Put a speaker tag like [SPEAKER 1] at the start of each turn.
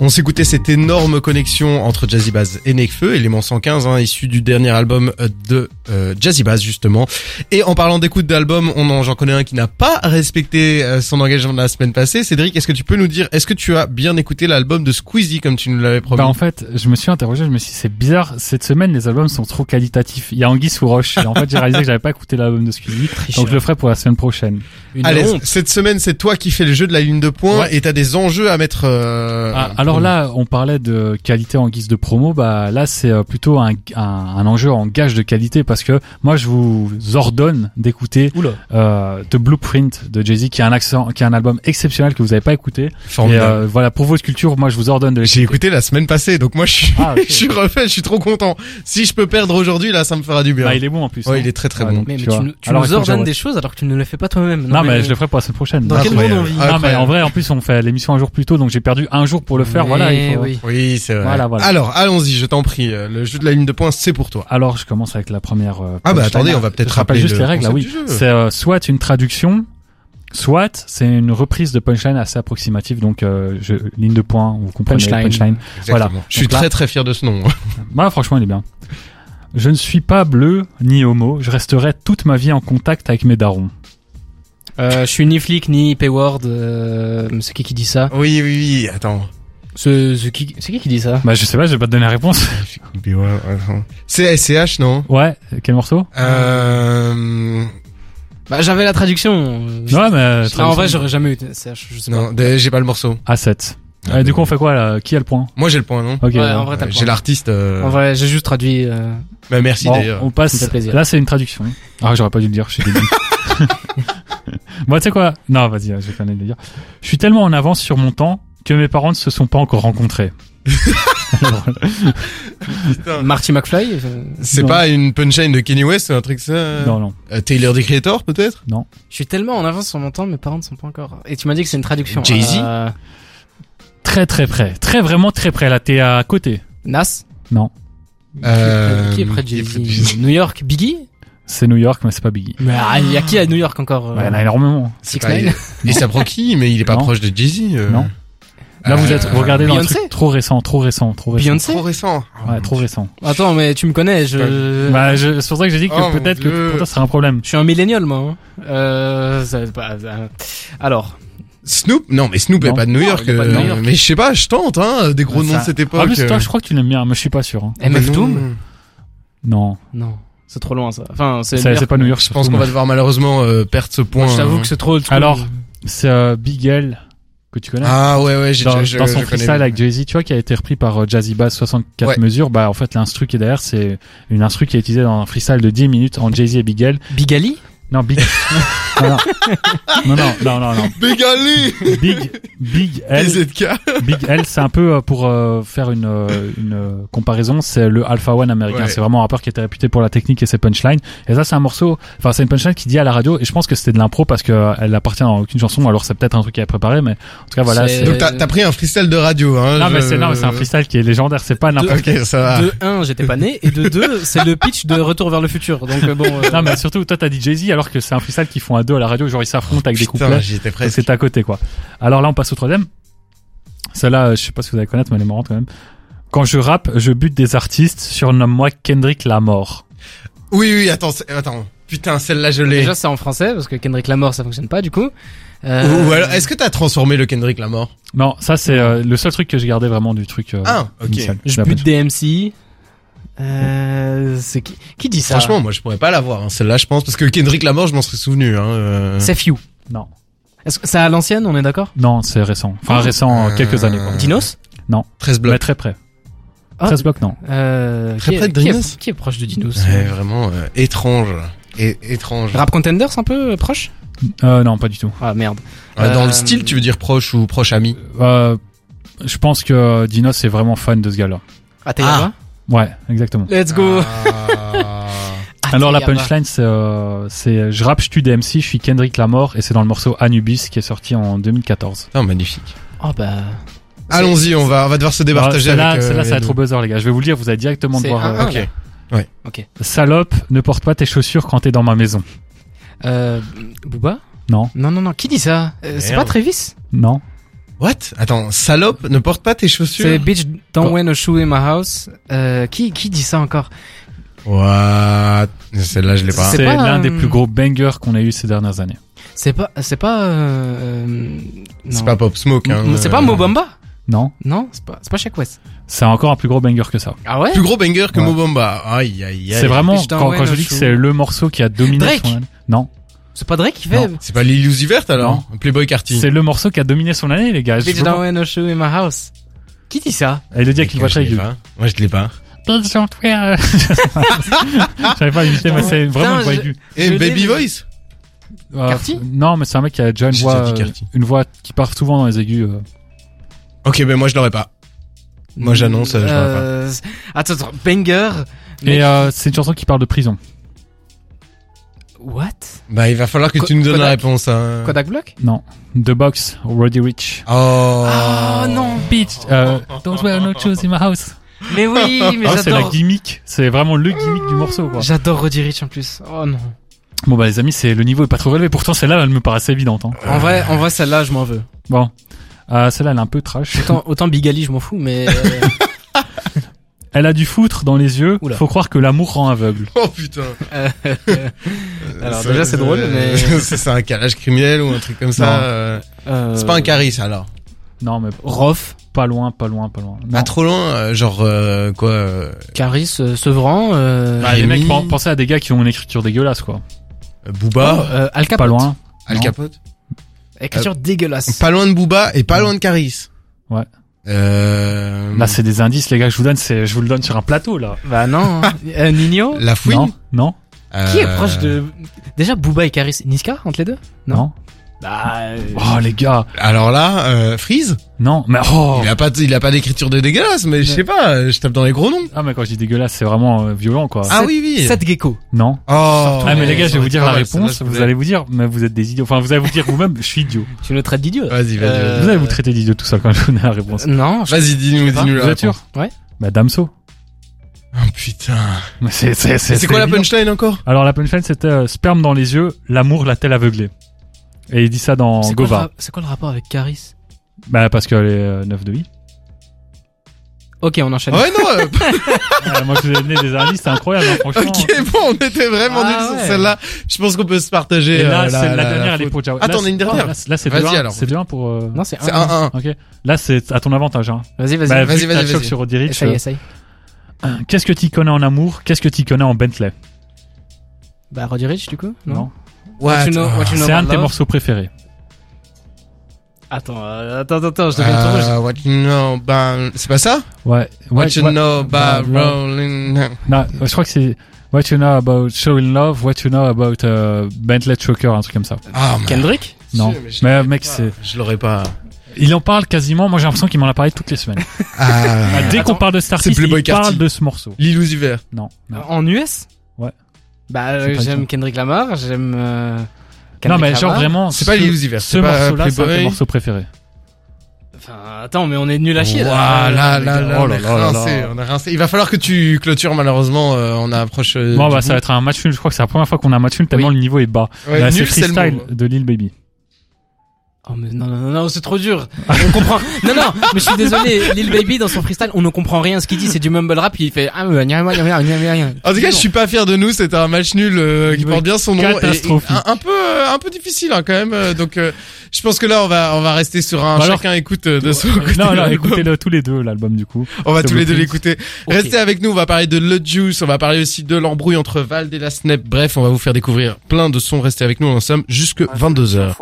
[SPEAKER 1] On s'écoutait cette énorme connexion entre Jazzy Bass et Nekfeu, élément 115, hein, issu du dernier album de euh, Jazzy Bass justement. Et en parlant d'écoute d'album, on en, j'en connais un qui n'a pas respecté euh, son engagement de la semaine passée. Cédric, est-ce que tu peux nous dire, est-ce que tu as bien écouté l'album de Squeezie comme tu nous l'avais promis
[SPEAKER 2] Bah en fait, je me suis interrogé, je me suis dit, c'est bizarre, cette semaine les albums sont trop qualitatifs. Il y a Anguille sous roche. Et en fait, j'ai réalisé que j'avais pas écouté l'album de Squeezie, donc je le ferai pour la semaine prochaine.
[SPEAKER 3] Une
[SPEAKER 1] Allez,
[SPEAKER 3] honte.
[SPEAKER 1] cette semaine, c'est toi qui fais le jeu de la ligne de points
[SPEAKER 2] Ouais.
[SPEAKER 1] et t'as des enjeux à mettre. euh,
[SPEAKER 2] Ah, alors là, on parlait de qualité en guise de promo. Bah là, c'est euh, plutôt un, un, un enjeu en gage de qualité parce que moi, je vous ordonne d'écouter
[SPEAKER 3] Oula.
[SPEAKER 2] euh, The Blueprint de Jay-Z, qui est un accent, qui est un album exceptionnel que vous n'avez pas écouté. Et
[SPEAKER 1] formidable.
[SPEAKER 2] euh, voilà, pour votre culture, moi, je vous ordonne de
[SPEAKER 1] J'ai
[SPEAKER 2] l'écouter.
[SPEAKER 1] écouté la semaine passée, donc moi je suis,
[SPEAKER 2] Ah, ok.
[SPEAKER 1] je suis refait, je suis trop content. Si je peux perdre aujourd'hui, là, ça me fera du bien.
[SPEAKER 2] Bah, il est bon en plus.
[SPEAKER 1] Ouais,
[SPEAKER 2] hein.
[SPEAKER 1] il est très très
[SPEAKER 2] Ah,
[SPEAKER 1] bon.
[SPEAKER 2] donc,
[SPEAKER 3] Mais, mais
[SPEAKER 2] tu
[SPEAKER 3] tu,
[SPEAKER 2] vois.
[SPEAKER 3] nous- tu
[SPEAKER 2] Alors, il
[SPEAKER 3] nous
[SPEAKER 2] faut que
[SPEAKER 3] ordonnes
[SPEAKER 2] j'envoie.
[SPEAKER 3] des choses alors que tu ne le fais pas toi-même.
[SPEAKER 2] Non, mais, je le ferai pour la semaine prochaine.
[SPEAKER 3] Dans
[SPEAKER 2] Ah,
[SPEAKER 3] quel
[SPEAKER 2] ouais.
[SPEAKER 3] monde on vit
[SPEAKER 2] Non, mais en vrai, en plus, on fait l'émission un jour plus tôt, donc j'ai perdu un jour pour le faire. Voilà, il
[SPEAKER 3] Mais
[SPEAKER 2] faut-
[SPEAKER 3] oui.
[SPEAKER 1] Oui, c'est vrai.
[SPEAKER 2] Voilà, voilà.
[SPEAKER 1] Alors, allons-y, je t'en prie. euh, Le jeu de la ligne de points, c'est pour toi.
[SPEAKER 2] Alors, je commence avec la première. euh,
[SPEAKER 1] Ah bah
[SPEAKER 2] punchline.
[SPEAKER 1] attendez, on va peut-être
[SPEAKER 2] Je rappelle
[SPEAKER 1] rappeler
[SPEAKER 2] juste
[SPEAKER 1] le
[SPEAKER 2] les règles. ah oui,
[SPEAKER 1] concept du jeu.
[SPEAKER 2] c'est euh, soit une traduction, soit c'est une reprise de punchline assez approximative. Donc, euh, je, ligne de point, vous comprenez
[SPEAKER 3] Punchline.
[SPEAKER 2] punchline.
[SPEAKER 1] Exactement.
[SPEAKER 2] voilà.
[SPEAKER 1] Je suis
[SPEAKER 2] Donc là-
[SPEAKER 1] très très fier de ce nom.
[SPEAKER 2] Bah, franchement, il est bien. Je ne suis pas bleu ni homo. Je resterai toute ma vie en contact avec mes darons.
[SPEAKER 3] Euh, je suis ni flic ni payward. Euh, mais c'est qui qui dit ça
[SPEAKER 1] oui, oui, oui, attends.
[SPEAKER 3] Ce- ce qui- C'est qui qui dit ça
[SPEAKER 2] Bah, je sais pas, je vais pas te donner la réponse.
[SPEAKER 1] C'est SCH, non
[SPEAKER 2] Ouais, quel morceau
[SPEAKER 1] euh...
[SPEAKER 3] Bah j'avais la traduction.
[SPEAKER 2] Ouais, mais euh,
[SPEAKER 3] Non, en
[SPEAKER 2] traduction.
[SPEAKER 3] vrai j'aurais jamais eu CH. Je sais pas.
[SPEAKER 1] Non, dé- j'ai pas le morceau.
[SPEAKER 2] A7.
[SPEAKER 1] Ah,
[SPEAKER 2] Euh, du coup, on fait quoi là Qui a le point
[SPEAKER 1] Moi j'ai le point, non
[SPEAKER 2] Ok.
[SPEAKER 3] Ouais,
[SPEAKER 2] euh,
[SPEAKER 3] en vrai t'as
[SPEAKER 1] Euh,
[SPEAKER 3] le
[SPEAKER 1] J'ai
[SPEAKER 3] point.
[SPEAKER 1] l'artiste. euh,
[SPEAKER 3] En vrai j'ai juste traduit. euh,
[SPEAKER 1] bah, merci
[SPEAKER 2] Bon,
[SPEAKER 1] d'ailleurs.
[SPEAKER 2] on
[SPEAKER 3] Ça me
[SPEAKER 2] passe.
[SPEAKER 3] fait plaisir.
[SPEAKER 2] Là, c'est une traduction. Ah, j'aurais pas dû le dire, je suis débile. Moi, tu sais quoi Non, vas-y, je vais de le dire. Je suis tellement en avance sur mon temps que mes parents ne se sont pas encore rencontrés. Alors,
[SPEAKER 3] Marty McFly. euh,
[SPEAKER 1] C'est
[SPEAKER 2] non.
[SPEAKER 1] pas une punchline de Kenny West ou un truc ça euh,
[SPEAKER 2] non, non.
[SPEAKER 1] euh, Taylor the Creator peut-être
[SPEAKER 3] Je suis tellement en avance sur mon temps, mes parents ne sont pas encore. Et tu m'as dit que c'est une traduction.
[SPEAKER 1] Jay-Z
[SPEAKER 3] Euh,
[SPEAKER 2] Très, très près. Très, vraiment très près. Là, t'es à côté.
[SPEAKER 3] Nas.
[SPEAKER 2] Non.
[SPEAKER 1] Euh,
[SPEAKER 3] Qui est près de
[SPEAKER 1] qui est près de
[SPEAKER 3] Jay-Z New York, Biggie.
[SPEAKER 2] C'est New York, mais c'est pas Biggie.
[SPEAKER 3] Mais ah, il y a qui à New York encore euh,
[SPEAKER 2] Ouais, Il y en a énormément.
[SPEAKER 3] Six
[SPEAKER 1] Bah,
[SPEAKER 3] Nine.
[SPEAKER 1] il- Il s'apprend qui Mais il est pas
[SPEAKER 2] Non.
[SPEAKER 1] proche de Jay-Z. euh.
[SPEAKER 2] Non. Là, vous
[SPEAKER 1] Euh,
[SPEAKER 2] êtes, vous regardez dans un
[SPEAKER 3] Beyoncé
[SPEAKER 2] truc trop récent, trop récent, trop récent.
[SPEAKER 3] Beyoncé.
[SPEAKER 1] Trop récent.
[SPEAKER 2] Ouais, trop récent.
[SPEAKER 3] Attends, mais tu me connais, je.
[SPEAKER 2] Bah, je- c'est pour ça que j'ai dit que
[SPEAKER 1] Euh. Oh, mon
[SPEAKER 2] peut-être que
[SPEAKER 1] Dieu.
[SPEAKER 2] pour toi, ce serait un problème.
[SPEAKER 3] Je suis un millénial, moi. hein. Euh, ça- bah, ça- Alors,
[SPEAKER 1] Snoop Non, mais Snoop est
[SPEAKER 2] Non.
[SPEAKER 1] pas de New
[SPEAKER 3] Non,
[SPEAKER 1] York.
[SPEAKER 3] il est pas de
[SPEAKER 1] euh,
[SPEAKER 3] New York.
[SPEAKER 1] Mais je sais pas, je tente, hein, des gros
[SPEAKER 3] Ça-
[SPEAKER 1] noms de cette époque.
[SPEAKER 2] En plus, toi,
[SPEAKER 1] euh.
[SPEAKER 2] je crois que tu l'aimes bien, mais je suis pas sûr. hein.
[SPEAKER 3] MF
[SPEAKER 1] Eh, Mais non.
[SPEAKER 3] Doom
[SPEAKER 2] Non.
[SPEAKER 3] Non, c'est trop loin ça. Enfin, c'est.
[SPEAKER 2] C'est
[SPEAKER 3] meilleur-
[SPEAKER 2] c'est pas New York,
[SPEAKER 1] Je pense qu'on va devoir malheureusement euh, perdre ce point.
[SPEAKER 3] Moi, je t'avoue que
[SPEAKER 1] hein.
[SPEAKER 3] c'est trop. old school.
[SPEAKER 2] Alors, c'est euh, Bigel que tu connais.
[SPEAKER 1] Ah ouais, ouais, j'ai
[SPEAKER 2] dans,
[SPEAKER 1] je-
[SPEAKER 2] dans
[SPEAKER 1] je
[SPEAKER 2] son
[SPEAKER 1] connais
[SPEAKER 2] freestyle
[SPEAKER 1] bien.
[SPEAKER 2] avec Jay-Z, tu vois, qui a été repris par euh, Jazzy Bass 64
[SPEAKER 1] Ouais.
[SPEAKER 2] mesures, bah en fait l'instru qui est derrière, c'est une instru qui est utilisée dans un freestyle de 10 minutes en Jay-Z et Bigel.
[SPEAKER 3] Big Ali
[SPEAKER 2] Non, Big... non, non, non, non, non, non.
[SPEAKER 1] Bégali
[SPEAKER 2] Big, Big L,
[SPEAKER 1] BZK
[SPEAKER 2] Big L, c'est un peu euh, pour euh, faire une, euh, une euh, comparaison, c'est le Alpha One américain.
[SPEAKER 1] Ouais.
[SPEAKER 2] C'est vraiment un rappeur qui était réputé pour la technique et ses punchlines. Et ça, c'est un morceau, enfin, c'est une punchline qui dit à la radio, et je pense que c'était de l'impro parce que euh, elle appartient dans aucune chanson, alors c'est peut-être un truc qu'elle a préparé, mais en tout cas, voilà.
[SPEAKER 3] C'est-
[SPEAKER 2] c'est-
[SPEAKER 1] Donc t'as t'as pris un freestyle de radio, hein
[SPEAKER 2] euh, Non, mais
[SPEAKER 1] je-
[SPEAKER 2] c'est non, mais c'est un freestyle qui est légendaire, c'est pas n'importe
[SPEAKER 1] Ok, ça va.
[SPEAKER 3] De 1, j'étais pas né, et de 2, c'est le pitch de Retour vers le futur. Donc euh, bon. euh,
[SPEAKER 2] Non, mais surtout, toi, t'as dit Jay-Z, alors que c'est un freestyle qu'ils font à deux à la radio, genre ils s'affrontent avec des
[SPEAKER 1] Putain,
[SPEAKER 2] couplets.
[SPEAKER 1] j'y étais presque.
[SPEAKER 2] C'est à côté, quoi. Alors là, on passe au troisième. Celle-là, euh, je sais pas si vous allez connaître, mais elle est marrante quand même. Quand je rappe, je bute des artistes, surnomme-moi Kendrick la mort.
[SPEAKER 1] Oui, oui, attends, c'est- attends. Putain, celle-là, je l'ai.
[SPEAKER 3] Déjà, c'est en français, parce que Kendrick Lamar, ça fonctionne pas, du coup. Euh,
[SPEAKER 1] Ou ou alors, est-ce que t'as transformé le Kendrick Lamar
[SPEAKER 2] Non, ça, c'est euh, le seul truc que j'ai gardé vraiment du truc. euh,
[SPEAKER 1] Ah, ok.
[SPEAKER 2] initial.
[SPEAKER 3] Je
[SPEAKER 2] La punch.
[SPEAKER 3] bute des MC. Euh, c'est qui, qui dit ça
[SPEAKER 1] Franchement, moi, je pourrais pas l'avoir, hein, celle-là, je pense, parce que Kendrick Lamar, je m'en serais souvenu. Hein, euh.
[SPEAKER 3] C'est Few.
[SPEAKER 2] Non.
[SPEAKER 3] Est-ce que c'est à l'ancienne, on est d'accord
[SPEAKER 2] Non, c'est récent. Enfin, récent, euh, quelques
[SPEAKER 1] Euh,
[SPEAKER 2] années, quoi.
[SPEAKER 3] Dinos
[SPEAKER 1] 13 blocs.
[SPEAKER 2] Mais très près.
[SPEAKER 3] Ah.
[SPEAKER 2] 13 blocs, non.
[SPEAKER 3] euh,
[SPEAKER 1] Très
[SPEAKER 3] qui est-
[SPEAKER 1] près de
[SPEAKER 3] qui est-
[SPEAKER 1] Dinos
[SPEAKER 3] Qui, est proche de Dinos
[SPEAKER 1] Ouais, vraiment euh, étrange. Et, étrange.
[SPEAKER 3] Rap Contenders, un peu euh, proche
[SPEAKER 2] Euh, non, pas du tout.
[SPEAKER 3] Ah merde.
[SPEAKER 1] Euh, Dans le
[SPEAKER 3] Euh,
[SPEAKER 1] style, tu veux dire proche ou proche ami
[SPEAKER 2] Euh, je pense que Dinos est vraiment fan de ce gars-là.
[SPEAKER 3] Ateyaba
[SPEAKER 2] Ouais, exactement.
[SPEAKER 3] Ah. Let's go
[SPEAKER 1] Ah.
[SPEAKER 2] Alors la
[SPEAKER 3] Ateyaba.
[SPEAKER 2] punchline, c'est, euh, c'est je rappe, je tue des MC, je suis Kendrick Lamar et c'est dans le morceau Anubis qui est sorti en 2014.
[SPEAKER 1] Putain, magnifique.
[SPEAKER 3] Oh bah. C'est-
[SPEAKER 1] Allons-y, on va, on va devoir se
[SPEAKER 2] Alors,
[SPEAKER 1] départager
[SPEAKER 2] Ah, celle-là,
[SPEAKER 1] avec. euh,
[SPEAKER 2] celle-là, ça va
[SPEAKER 1] les
[SPEAKER 2] être au
[SPEAKER 1] deux.
[SPEAKER 2] buzzer les gars. Je vais vous le dire, vous allez directement
[SPEAKER 3] C'est
[SPEAKER 2] devoir.
[SPEAKER 3] un,
[SPEAKER 2] euh,
[SPEAKER 3] un, là.
[SPEAKER 1] Ok.
[SPEAKER 2] Salope, ne porte pas tes chaussures quand t'es dans ma maison.
[SPEAKER 3] Euh, Booba
[SPEAKER 2] Non,
[SPEAKER 3] Non, non, non. Qui dit ça Euh, C'est
[SPEAKER 1] Merde.
[SPEAKER 3] pas Travis
[SPEAKER 2] non.
[SPEAKER 1] What Attends, salope, ne porte pas tes
[SPEAKER 3] C'est
[SPEAKER 1] chaussures.
[SPEAKER 3] Bitch Don't
[SPEAKER 2] Quoi
[SPEAKER 3] Wear No Shoe in My House. Euh, qui, qui dit ça encore
[SPEAKER 1] What Celle-là, je l'ai pas.
[SPEAKER 3] C'est
[SPEAKER 2] C'est
[SPEAKER 3] pas,
[SPEAKER 2] l'un
[SPEAKER 3] euh,
[SPEAKER 2] des plus gros bangers qu'on a eu ces dernières années.
[SPEAKER 3] C'est pas. C'est pas. euh, euh,
[SPEAKER 1] C'est
[SPEAKER 3] non.
[SPEAKER 1] pas Pop Smoke. Hein.
[SPEAKER 3] C'est pas
[SPEAKER 1] Euh,
[SPEAKER 3] Mobamba
[SPEAKER 2] Non,
[SPEAKER 3] Non, c'est pas, c'est pas Shaq West.
[SPEAKER 2] c'est encore un plus gros banger que ça.
[SPEAKER 3] Ah ouais
[SPEAKER 1] Plus gros banger que
[SPEAKER 2] Ouais.
[SPEAKER 1] Mobamba. Aïe, aïe, aïe.
[SPEAKER 2] C'est vraiment
[SPEAKER 3] Putain,
[SPEAKER 2] quand,
[SPEAKER 3] ouais,
[SPEAKER 2] quand je
[SPEAKER 3] non,
[SPEAKER 2] dis que
[SPEAKER 3] je-
[SPEAKER 2] c'est le morceau qui a dominé
[SPEAKER 3] Drake
[SPEAKER 2] son année. Non,
[SPEAKER 3] C'est pas Drake qui fait
[SPEAKER 2] Non.
[SPEAKER 1] C'est pas Lil Uzi Vert alors Playboy Carty.
[SPEAKER 2] c'est le morceau qui a dominé son année, les gars. Je
[SPEAKER 3] Bitch
[SPEAKER 2] peux
[SPEAKER 3] Don't
[SPEAKER 2] pas-
[SPEAKER 3] Wear No Shoe in My House. Qui dit ça
[SPEAKER 2] Et le dire
[SPEAKER 1] Putain,
[SPEAKER 2] qu'il voit
[SPEAKER 1] je
[SPEAKER 2] ça,
[SPEAKER 1] l'ai
[SPEAKER 2] il dit
[SPEAKER 1] pas. Moi, je l'ai pas.
[SPEAKER 2] Bitch Don't Wear. J'avais pas imité, mais c'est vraiment une
[SPEAKER 3] Putain,
[SPEAKER 2] voix
[SPEAKER 3] je-
[SPEAKER 2] aiguë.
[SPEAKER 1] Et
[SPEAKER 3] Je l'ai,
[SPEAKER 1] Eh, Baby
[SPEAKER 3] mais-
[SPEAKER 1] Voice
[SPEAKER 2] Euh,
[SPEAKER 3] Carty
[SPEAKER 2] Non, mais c'est un mec qui a déjà une
[SPEAKER 1] J'ai
[SPEAKER 2] voix,
[SPEAKER 1] déjà dit
[SPEAKER 2] euh,
[SPEAKER 1] Carty.
[SPEAKER 2] une voix qui part souvent dans les aigus. euh.
[SPEAKER 1] Ok, ben moi, je l'aurais pas. Moi, j'annonce, euh, je
[SPEAKER 3] Euh, Attends, attends, banger. mais-
[SPEAKER 2] Et euh, c'est une chanson qui parle de prison.
[SPEAKER 3] What
[SPEAKER 1] Bah, il va falloir que
[SPEAKER 3] Ko-
[SPEAKER 1] tu nous donnes la
[SPEAKER 3] Kodak.
[SPEAKER 1] réponse. Hein.
[SPEAKER 3] Kodak Block
[SPEAKER 2] Non, The Box, Roddy Rich.
[SPEAKER 1] Oh.
[SPEAKER 3] Ah non
[SPEAKER 2] Bitch, euh, don't wear no shoes in my house.
[SPEAKER 3] Mais oui, mais
[SPEAKER 2] Ah, c'est la
[SPEAKER 3] j'adore.
[SPEAKER 2] gimmick, c'est vraiment le gimmick du morceau. Quoi.
[SPEAKER 3] J'adore Roddy Rich en plus. Oh non.
[SPEAKER 2] Bon bah les amis, c'est le niveau est pas trop relevé. Pourtant celle-là, elle me paraissait évidente. Hein.
[SPEAKER 3] En vrai, en vrai celle-là, je m'en veux.
[SPEAKER 2] Bon, euh, celle-là, elle est un peu trash.
[SPEAKER 3] Autant, autant Big Ali, je m'en fous, mais euh,
[SPEAKER 2] Elle a du foutre dans les yeux.
[SPEAKER 3] Oula.
[SPEAKER 2] Faut croire que l'amour rend aveugle.
[SPEAKER 1] Oh putain.
[SPEAKER 3] euh, Alors,
[SPEAKER 1] Ça-
[SPEAKER 3] déjà, c'est drôle,
[SPEAKER 1] euh,
[SPEAKER 3] mais-
[SPEAKER 1] c'est c'est un calage criminel ou un truc comme ça.
[SPEAKER 2] Non.
[SPEAKER 1] euh,
[SPEAKER 3] euh,
[SPEAKER 1] C'est pas un caris alors.
[SPEAKER 2] Non mais oh,
[SPEAKER 3] Rof,
[SPEAKER 2] pas loin, pas loin, pas loin. Non.
[SPEAKER 1] Pas trop loin, euh, genre euh, quoi euh,
[SPEAKER 3] Caris, euh, Sevran, euh,
[SPEAKER 2] Bah, les mecs,
[SPEAKER 1] Rémi.
[SPEAKER 2] pen- pensez à des gars qui ont une écriture dégueulasse quoi.
[SPEAKER 1] Booba,
[SPEAKER 3] euh, Al
[SPEAKER 2] Pas
[SPEAKER 3] Capone.
[SPEAKER 2] loin.
[SPEAKER 1] Al
[SPEAKER 2] Oh, non.
[SPEAKER 1] Capote.
[SPEAKER 3] Écriture dégueulasse.
[SPEAKER 1] Pas loin de Booba et pas loin de Caris.
[SPEAKER 2] Ouais.
[SPEAKER 1] Euh...
[SPEAKER 2] Là, c'est des indices, les gars. Que je vous donne, c'est, je vous le donne sur un plateau là.
[SPEAKER 3] Bah non. hein. Euh, Nino.
[SPEAKER 1] la fouine.
[SPEAKER 2] Non, non,
[SPEAKER 3] Qui est
[SPEAKER 1] Euh,
[SPEAKER 3] proche de déjà Booba et Caris Niska entre les deux
[SPEAKER 2] non.
[SPEAKER 3] Non. Bah. euh,
[SPEAKER 2] Oh les gars,
[SPEAKER 1] Alors là, euh, Freeze.
[SPEAKER 2] non. Mais oh.
[SPEAKER 1] Il a pas, il a pas d'écriture de dégueulasse, mais je sais pas. euh, Je tape dans les gros noms.
[SPEAKER 2] Ah mais quand je dis dégueulasse, c'est vraiment euh, violent quoi.
[SPEAKER 1] Ah
[SPEAKER 3] Seth-
[SPEAKER 1] oui oui.
[SPEAKER 3] Seth Gecko.
[SPEAKER 2] Non.
[SPEAKER 1] Oh.
[SPEAKER 2] Ah mais les gars, je vais vous dire la
[SPEAKER 1] Ah ouais, celle-là,
[SPEAKER 2] réponse.
[SPEAKER 1] je
[SPEAKER 2] Vous
[SPEAKER 1] voulais.
[SPEAKER 2] allez vous dire, mais vous êtes des idiots. Enfin, vous allez vous dire vous-même, je suis idiot.
[SPEAKER 3] Tu nous traites d'idiot. là.
[SPEAKER 1] Vas-y vas-y.
[SPEAKER 3] Euh,
[SPEAKER 1] vas-y.
[SPEAKER 2] Vous allez vous traiter d'idiot tout ça quand je vous donne la réponse.
[SPEAKER 3] Non. je-
[SPEAKER 1] Vas-y dis-nous
[SPEAKER 3] pas.
[SPEAKER 1] dis-nous
[SPEAKER 2] Vous
[SPEAKER 1] la
[SPEAKER 2] êtes
[SPEAKER 1] réponse.
[SPEAKER 2] sûr
[SPEAKER 3] Ouais.
[SPEAKER 2] Bah Damso.
[SPEAKER 1] Oh putain.
[SPEAKER 2] Mais c'est c'est c'est.
[SPEAKER 1] C'est quoi la
[SPEAKER 2] évident.
[SPEAKER 1] punchline encore
[SPEAKER 2] Alors la punchline c'était euh, sperme dans les yeux, l'amour l'a-t-elle aveuglé. Et il dit ça dans
[SPEAKER 3] C'est quoi, le
[SPEAKER 2] Gova.
[SPEAKER 3] rap- c'est quoi le rapport avec Caris
[SPEAKER 2] Bah parce que les euh, 9 de I.
[SPEAKER 3] Ok, on enchaîne.
[SPEAKER 1] Ouais non. euh,
[SPEAKER 2] Euh, moi je vous ai donné des indices, c'est incroyable hein, franchement.
[SPEAKER 1] Ok, bon, on était vraiment
[SPEAKER 3] Ah
[SPEAKER 1] nuls
[SPEAKER 3] ouais.
[SPEAKER 1] sur celle-là. Je pense qu'on peut se partager.
[SPEAKER 2] Et là,
[SPEAKER 1] euh,
[SPEAKER 2] c'est la, dernière, elle est
[SPEAKER 1] faute.
[SPEAKER 2] pour Jao.
[SPEAKER 1] Attends,
[SPEAKER 2] Là,
[SPEAKER 1] on a une dernière.
[SPEAKER 2] Là, là, c'est
[SPEAKER 1] Vas-y,
[SPEAKER 2] 2-1.
[SPEAKER 1] alors.
[SPEAKER 2] C'est 2-1 pour. euh,
[SPEAKER 3] Non, c'est
[SPEAKER 1] C'est
[SPEAKER 3] un.
[SPEAKER 1] 1-1.
[SPEAKER 2] Ok. Là, c'est à ton avantage. Hein.
[SPEAKER 3] Vas-y, vas-y.
[SPEAKER 2] Bah,
[SPEAKER 1] vas-y,
[SPEAKER 2] vu que
[SPEAKER 1] vas-y,
[SPEAKER 2] t'as le choc
[SPEAKER 1] vas-y.
[SPEAKER 2] sur Rodirich,
[SPEAKER 3] essaye, essaye.
[SPEAKER 2] euh, Qu'est-ce que t'y connais en amour Qu'est-ce que t'y connais en Bentley
[SPEAKER 3] Bah, Roddy Rich, du coup
[SPEAKER 2] Non.
[SPEAKER 3] What you know, what you know
[SPEAKER 2] C'est un
[SPEAKER 3] about
[SPEAKER 2] de tes
[SPEAKER 3] love
[SPEAKER 2] morceaux préférés.
[SPEAKER 3] Attends, euh, attends, attends, je deviens trop rouge.
[SPEAKER 1] Euh, what you know about... C'est pas ça
[SPEAKER 2] Ouais.
[SPEAKER 1] What
[SPEAKER 2] ouais,
[SPEAKER 1] you
[SPEAKER 2] ouais.
[SPEAKER 1] know about
[SPEAKER 2] Bah,
[SPEAKER 1] rolling...
[SPEAKER 2] Non, Bah, je crois que c'est What you know about showing love, what you know about euh, Bentley Choker, un truc comme ça.
[SPEAKER 1] Ah, mais-
[SPEAKER 3] Kendrick
[SPEAKER 2] Non.
[SPEAKER 1] Monsieur, mais je
[SPEAKER 2] Mais,
[SPEAKER 1] l'aurais
[SPEAKER 2] mec,
[SPEAKER 1] pas.
[SPEAKER 2] c'est-
[SPEAKER 1] Je l'aurais pas...
[SPEAKER 2] Il en parle quasiment. Moi, j'ai l'impression qu'il m'en a parlé toutes les semaines.
[SPEAKER 1] Ah,
[SPEAKER 2] Dès qu'on parle de cet
[SPEAKER 1] C'est
[SPEAKER 2] artiste,
[SPEAKER 1] Playboy
[SPEAKER 2] il parle
[SPEAKER 1] Carti.
[SPEAKER 2] de ce morceau.
[SPEAKER 1] Lil Uzi Vert.
[SPEAKER 2] Non. non.
[SPEAKER 3] En US
[SPEAKER 2] Ouais.
[SPEAKER 3] Bah,
[SPEAKER 2] C'est
[SPEAKER 3] euh,
[SPEAKER 2] pas
[SPEAKER 3] j'aime
[SPEAKER 2] tout.
[SPEAKER 3] Kendrick Lamar, j'aime. euh,
[SPEAKER 2] Non,
[SPEAKER 3] Kendrick
[SPEAKER 2] mais genre
[SPEAKER 3] Lamar.
[SPEAKER 2] vraiment.
[SPEAKER 1] C'est pas
[SPEAKER 2] ce-
[SPEAKER 1] Lil Uzi Vert,
[SPEAKER 2] Ce
[SPEAKER 1] c'est pas euh,
[SPEAKER 2] morceau-là, c'est un de tes
[SPEAKER 1] Playboy.
[SPEAKER 2] morceaux préférés.
[SPEAKER 3] Enfin, attends, mais on est nul à chier là.
[SPEAKER 1] Ouah, là, là, là,
[SPEAKER 2] Oh
[SPEAKER 1] on
[SPEAKER 2] là
[SPEAKER 1] est
[SPEAKER 2] là là
[SPEAKER 1] rincé,
[SPEAKER 2] là.
[SPEAKER 1] on est rincé. Il va falloir que tu clôtures, malheureusement, euh, on approche... euh,
[SPEAKER 2] Bon,
[SPEAKER 1] du
[SPEAKER 2] bah,
[SPEAKER 1] bout.
[SPEAKER 2] ça va être un match nul. Je crois que c'est la première fois qu'on a un match nul tellement le niveau est bas.
[SPEAKER 1] Ouais,
[SPEAKER 2] Là, c'est
[SPEAKER 1] nul, c'est le
[SPEAKER 2] freestyle
[SPEAKER 1] mot.
[SPEAKER 2] de Lil Baby.
[SPEAKER 3] Oh, mais non, non, non, non, c'est trop dur. On comprend. Non, non, mais je suis désolé. Lil Baby, dans son freestyle, on ne comprend rien à ce qu'il dit. C'est du mumble rap. Il fait, ah, mais, gna, gna, gna, gna, gna, gna.
[SPEAKER 1] En tout cas, je suis pas fier de nous. C'était un match nul euh, qui
[SPEAKER 2] Niveau
[SPEAKER 1] porte bien son nom. et-
[SPEAKER 2] catastrophique.
[SPEAKER 1] et un, un peu, euh, un peu difficile hein, quand même. euh, donc, euh, je pense que là, on va, on va rester sur un.
[SPEAKER 2] Bah alors-
[SPEAKER 1] chacun écoute euh, de son côté.
[SPEAKER 2] Non, non,
[SPEAKER 1] l'album.
[SPEAKER 2] écoutez-le tous les deux, l'album, du coup.
[SPEAKER 1] on va
[SPEAKER 2] c'est
[SPEAKER 1] tous les deux
[SPEAKER 2] Blueprint.
[SPEAKER 1] l'écouter.
[SPEAKER 3] Ok.
[SPEAKER 1] Restez avec nous. On va parler de Le Juice. On va parler aussi de l'embrouille entre Vald et la Snap. Bref, on va vous faire découvrir plein de sons. Restez avec nous. On en somme jusque 22 h